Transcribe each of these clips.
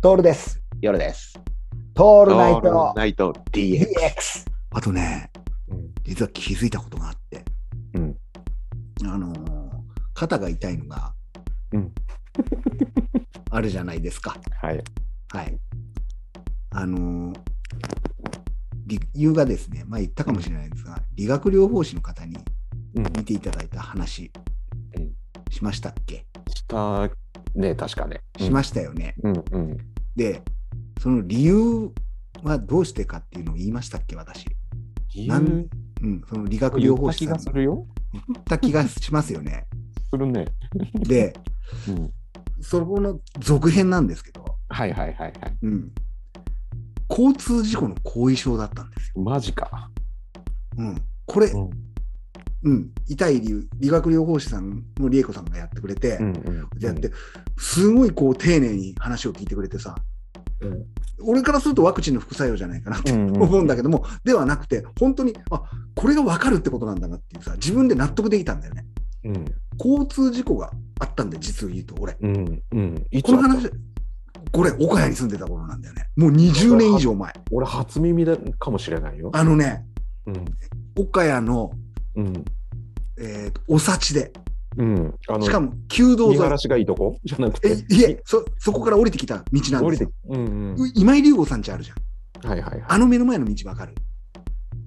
トールです。夜です。トオールナイトナイト DX。 DX。あとね、うん実は気づいたことがあって、うんあのー肩が痛いのが、うん あるじゃないですか。はい。はい。あのー理由がですね、前言ったかもしれないんですが、理学療法士の方にうん見ていただいた話うん、しましたっけ、したね、確かね。しましたよね。うんうん。で、その理由はどうしてかっていうのを言いましたっけ、私。なんうん、その理学言療っ法た士気さんがにするよ。言った気がしますよ ね。するね。で、うん。そこの続編なんですけど、はいはいはいはい。うん、交通事故の後遺症だったんですよ。マジか。うん、これ、ううんん痛い理由、理学療法士さんの理恵子さんがやってくれて、うんやって、すごいこう丁寧に話を聞いてくれてさ、うん俺からするとワクチンの副作用じゃないかなってうんうん思うんだけども、ではなくて、本当に、あこれが分かるってことなんだなっていうさ、自分で納得できたんだよね。うん交通事故があったんで、実を言うと、俺。うんうん。いつこの話、これ、岡谷に住んでた頃なんだよね。もう20年以上前。俺初耳だかもしれないよ。あのね、うん岡谷の、うんえーとお幸で、うん。あのしかも、旧道見沿晴いら。しがいいとこじゃなくえて。、いえ、そ、そこから降りてきた道なんで降すりてよ。。うんうん。今井隆吾さんちあるじゃん。はいはいはあの目の前の道わかる。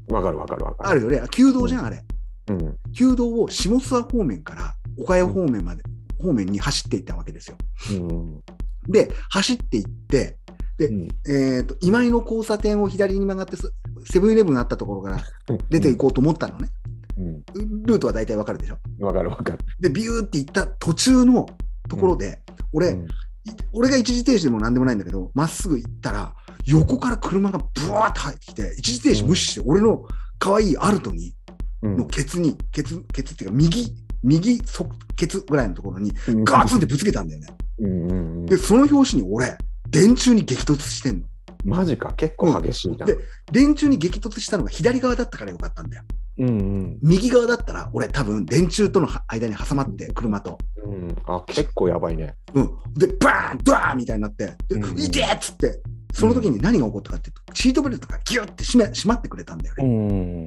い。わかるわかるわかある。るよね。旧道じゃん、あれ。うん旧道を下諏訪方面から岡谷方面まで、方面に走っていったわけですよ。うんで、走っていって、うん。えっ、と、今井の交差点を左に曲がってす、セブンイレブンがあったところから出ていこうと思ったのね。うん。ルートは大体わかるでしょ。わかるわかる。で、ビューって行った途中のところで、俺、うんい俺が一時停止でも何でもないんだけど、まっすぐ行ったら、横から車がブワーって入ってきて、一時停止無視して、俺の可愛いアルトに、うんのケツに、ケツ、ケツっていうか、右、右側ケツぐらいのところに、うんガツンってぶつけたんだよね。うんうんうで、ん、その拍子に俺、電柱に激突してんの。マジか、結構激しいな。で電柱に激突したのが左側だったからよかったんだよ。うんうん右側だったら、俺多分電柱との間に挟まって、車と。うん、あ結構やばいね。うん、で、バーン、ドーンみたいになって、でうんいてっつって、その時に何が起こったかっていうと、シートベルトがギュッて締め締まってくれたんだよね。ん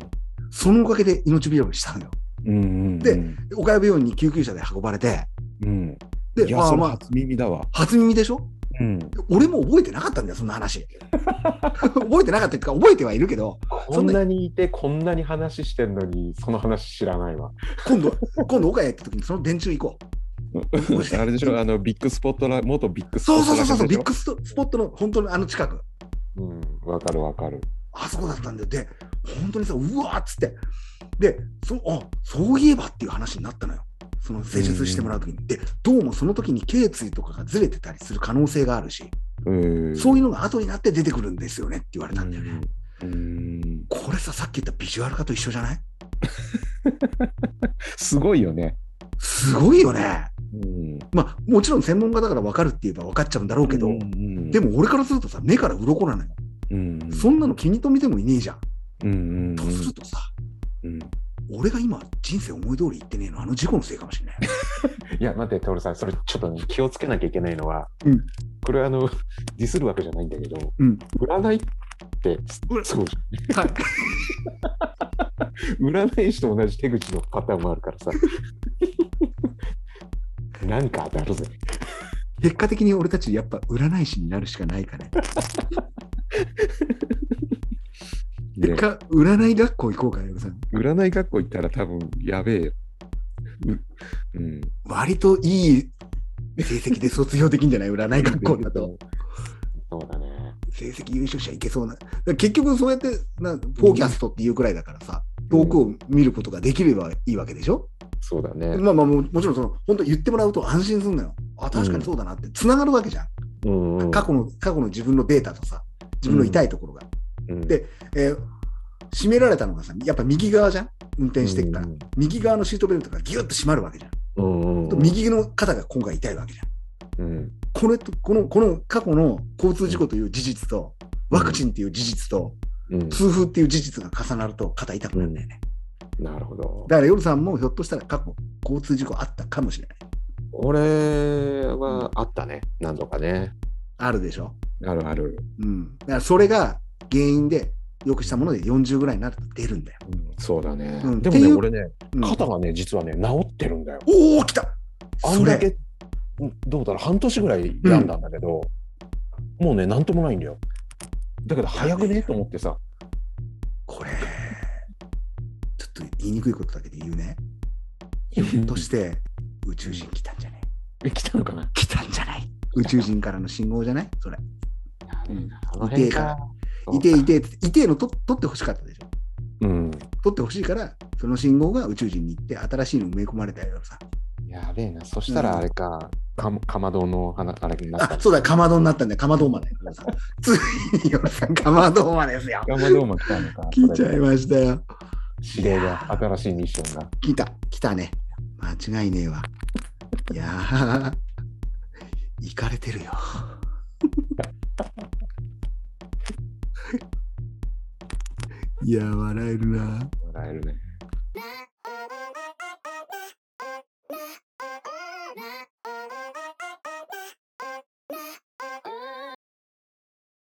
そのおかげで命拾いしたのよ。うんでで岡山病院に救急車で運ばれて、うん、で、まあまあ、初耳だわ。初耳でしょうん、俺も覚えてなかったんだよ、そんな話。 覚えてなかったっていうか、覚えてはいるけど、こんなにいて、こんなに話してんのに、その話知らないわ。今度、今度岡山行った時にその電柱行こう。あれでしょあのビッグスポットラ元ビッグスポそうッそうトラそうそうそう、ビッググストスポットの本当にあの近く。うん、わかるわかる。あそこだったんだよ。で、本当にさ、うわーっつって。で、そあそういえばっていう話になったのよ。その施術してもらうときに。で、どうもその時に頸椎とかがずれてたりする可能性があるし、うんそういうのが後になって出てくるんですよねって言われたんだよね。うんこれさ、さっき言ったビジュアル化と一緒じゃないすごいよね。すごいよね。うんまあ、もちろん専門家だから分かるって言えば分かっちゃうんだろうけど、うんでも俺からするとさ、目から鱗なのよ。うんそんなの気に留めてもいねえじゃん。うんとするとさ、うん俺が今、人生思い通り言ってねえの、あの事故のせいかもしれない。いや、待って、徹さん、それちょっとね、気をつけなきゃいけないのは、うんこれあの、ディスるわけじゃないんだけど、うん占いって、そうじゃはんい占い師と同じ手口のパターンもある からさ。なんか当たるぜ。結果的に俺たちやっぱ占い師になるしかないからね。結果、占い学校行こうか、よさん。占い学校行ったら多分やべえよ。ううん、割といい成績で卒業できんじゃない占い学校だと。そうだね。成績優勝者いけそうな。だから結局そうやってな、フォーキャストっていうくらいだからさ、遠くを見ることができればいいわけでしょ、そうだね。まあまあも、もちろんその、本当言ってもらうと安心すんのよ。あ、確かにそうだなって、つながるわけじゃん。うんうん、過去の、過去の自分のデータとさ、自分の痛いところが。うんでえー締められたのがさ、やっぱ右側じゃん運転してっから。うん右側のシートベルトがギュッと締まるわけじゃん。うんうんと右の肩が今回痛いわけじゃん。うんこれと、この、この過去の交通事故という事実と、ワクチンっていう事実と、うん痛風っていう事実が重なると肩痛くなるんだよね。なるほど。だから夜さんもひょっとしたら過去、交通事故あったかもしれない。俺はあったね。何度かね。あるでしょ。あるある。うん。だからそれが原因で、よくしたもので40ぐらいになると出るんだよ。うん、そうだね。うんでっもていね、う俺ね、うん、肩がね、実はね、治ってるんだよ。おお、来たあそんだれ、け、うんどうだろう、半年ぐらい病んだんだけど、もうね、なんともないんだよ。だけど、早くねと思ってさ、これ、ちょっと言いにくいことだけで言うね。ひょっとして、宇宙人来たんじゃないえ、来たのかな来たんじゃない宇宙人からの信号じゃないそれ。うんあの辺か。いていて、いてえのと取ってほしかったでしょ。うん。取ってほしいから、その信号が宇宙人に行って、新しいの埋め込まれたよさ。やべえな。そしたらあれか、かかまどの花あれになったあ、。そうだ、かまどになったんだよ。かまどまで。ついによらさん、かまどまですよ。ガンマドーマ来たのか。聞いちゃいよ。ましたよ。指令が、新しいミッションが。来た、来たね。間違いねえわ。いやー、行かれてるよ。 いやー、笑えるな。もらえるね。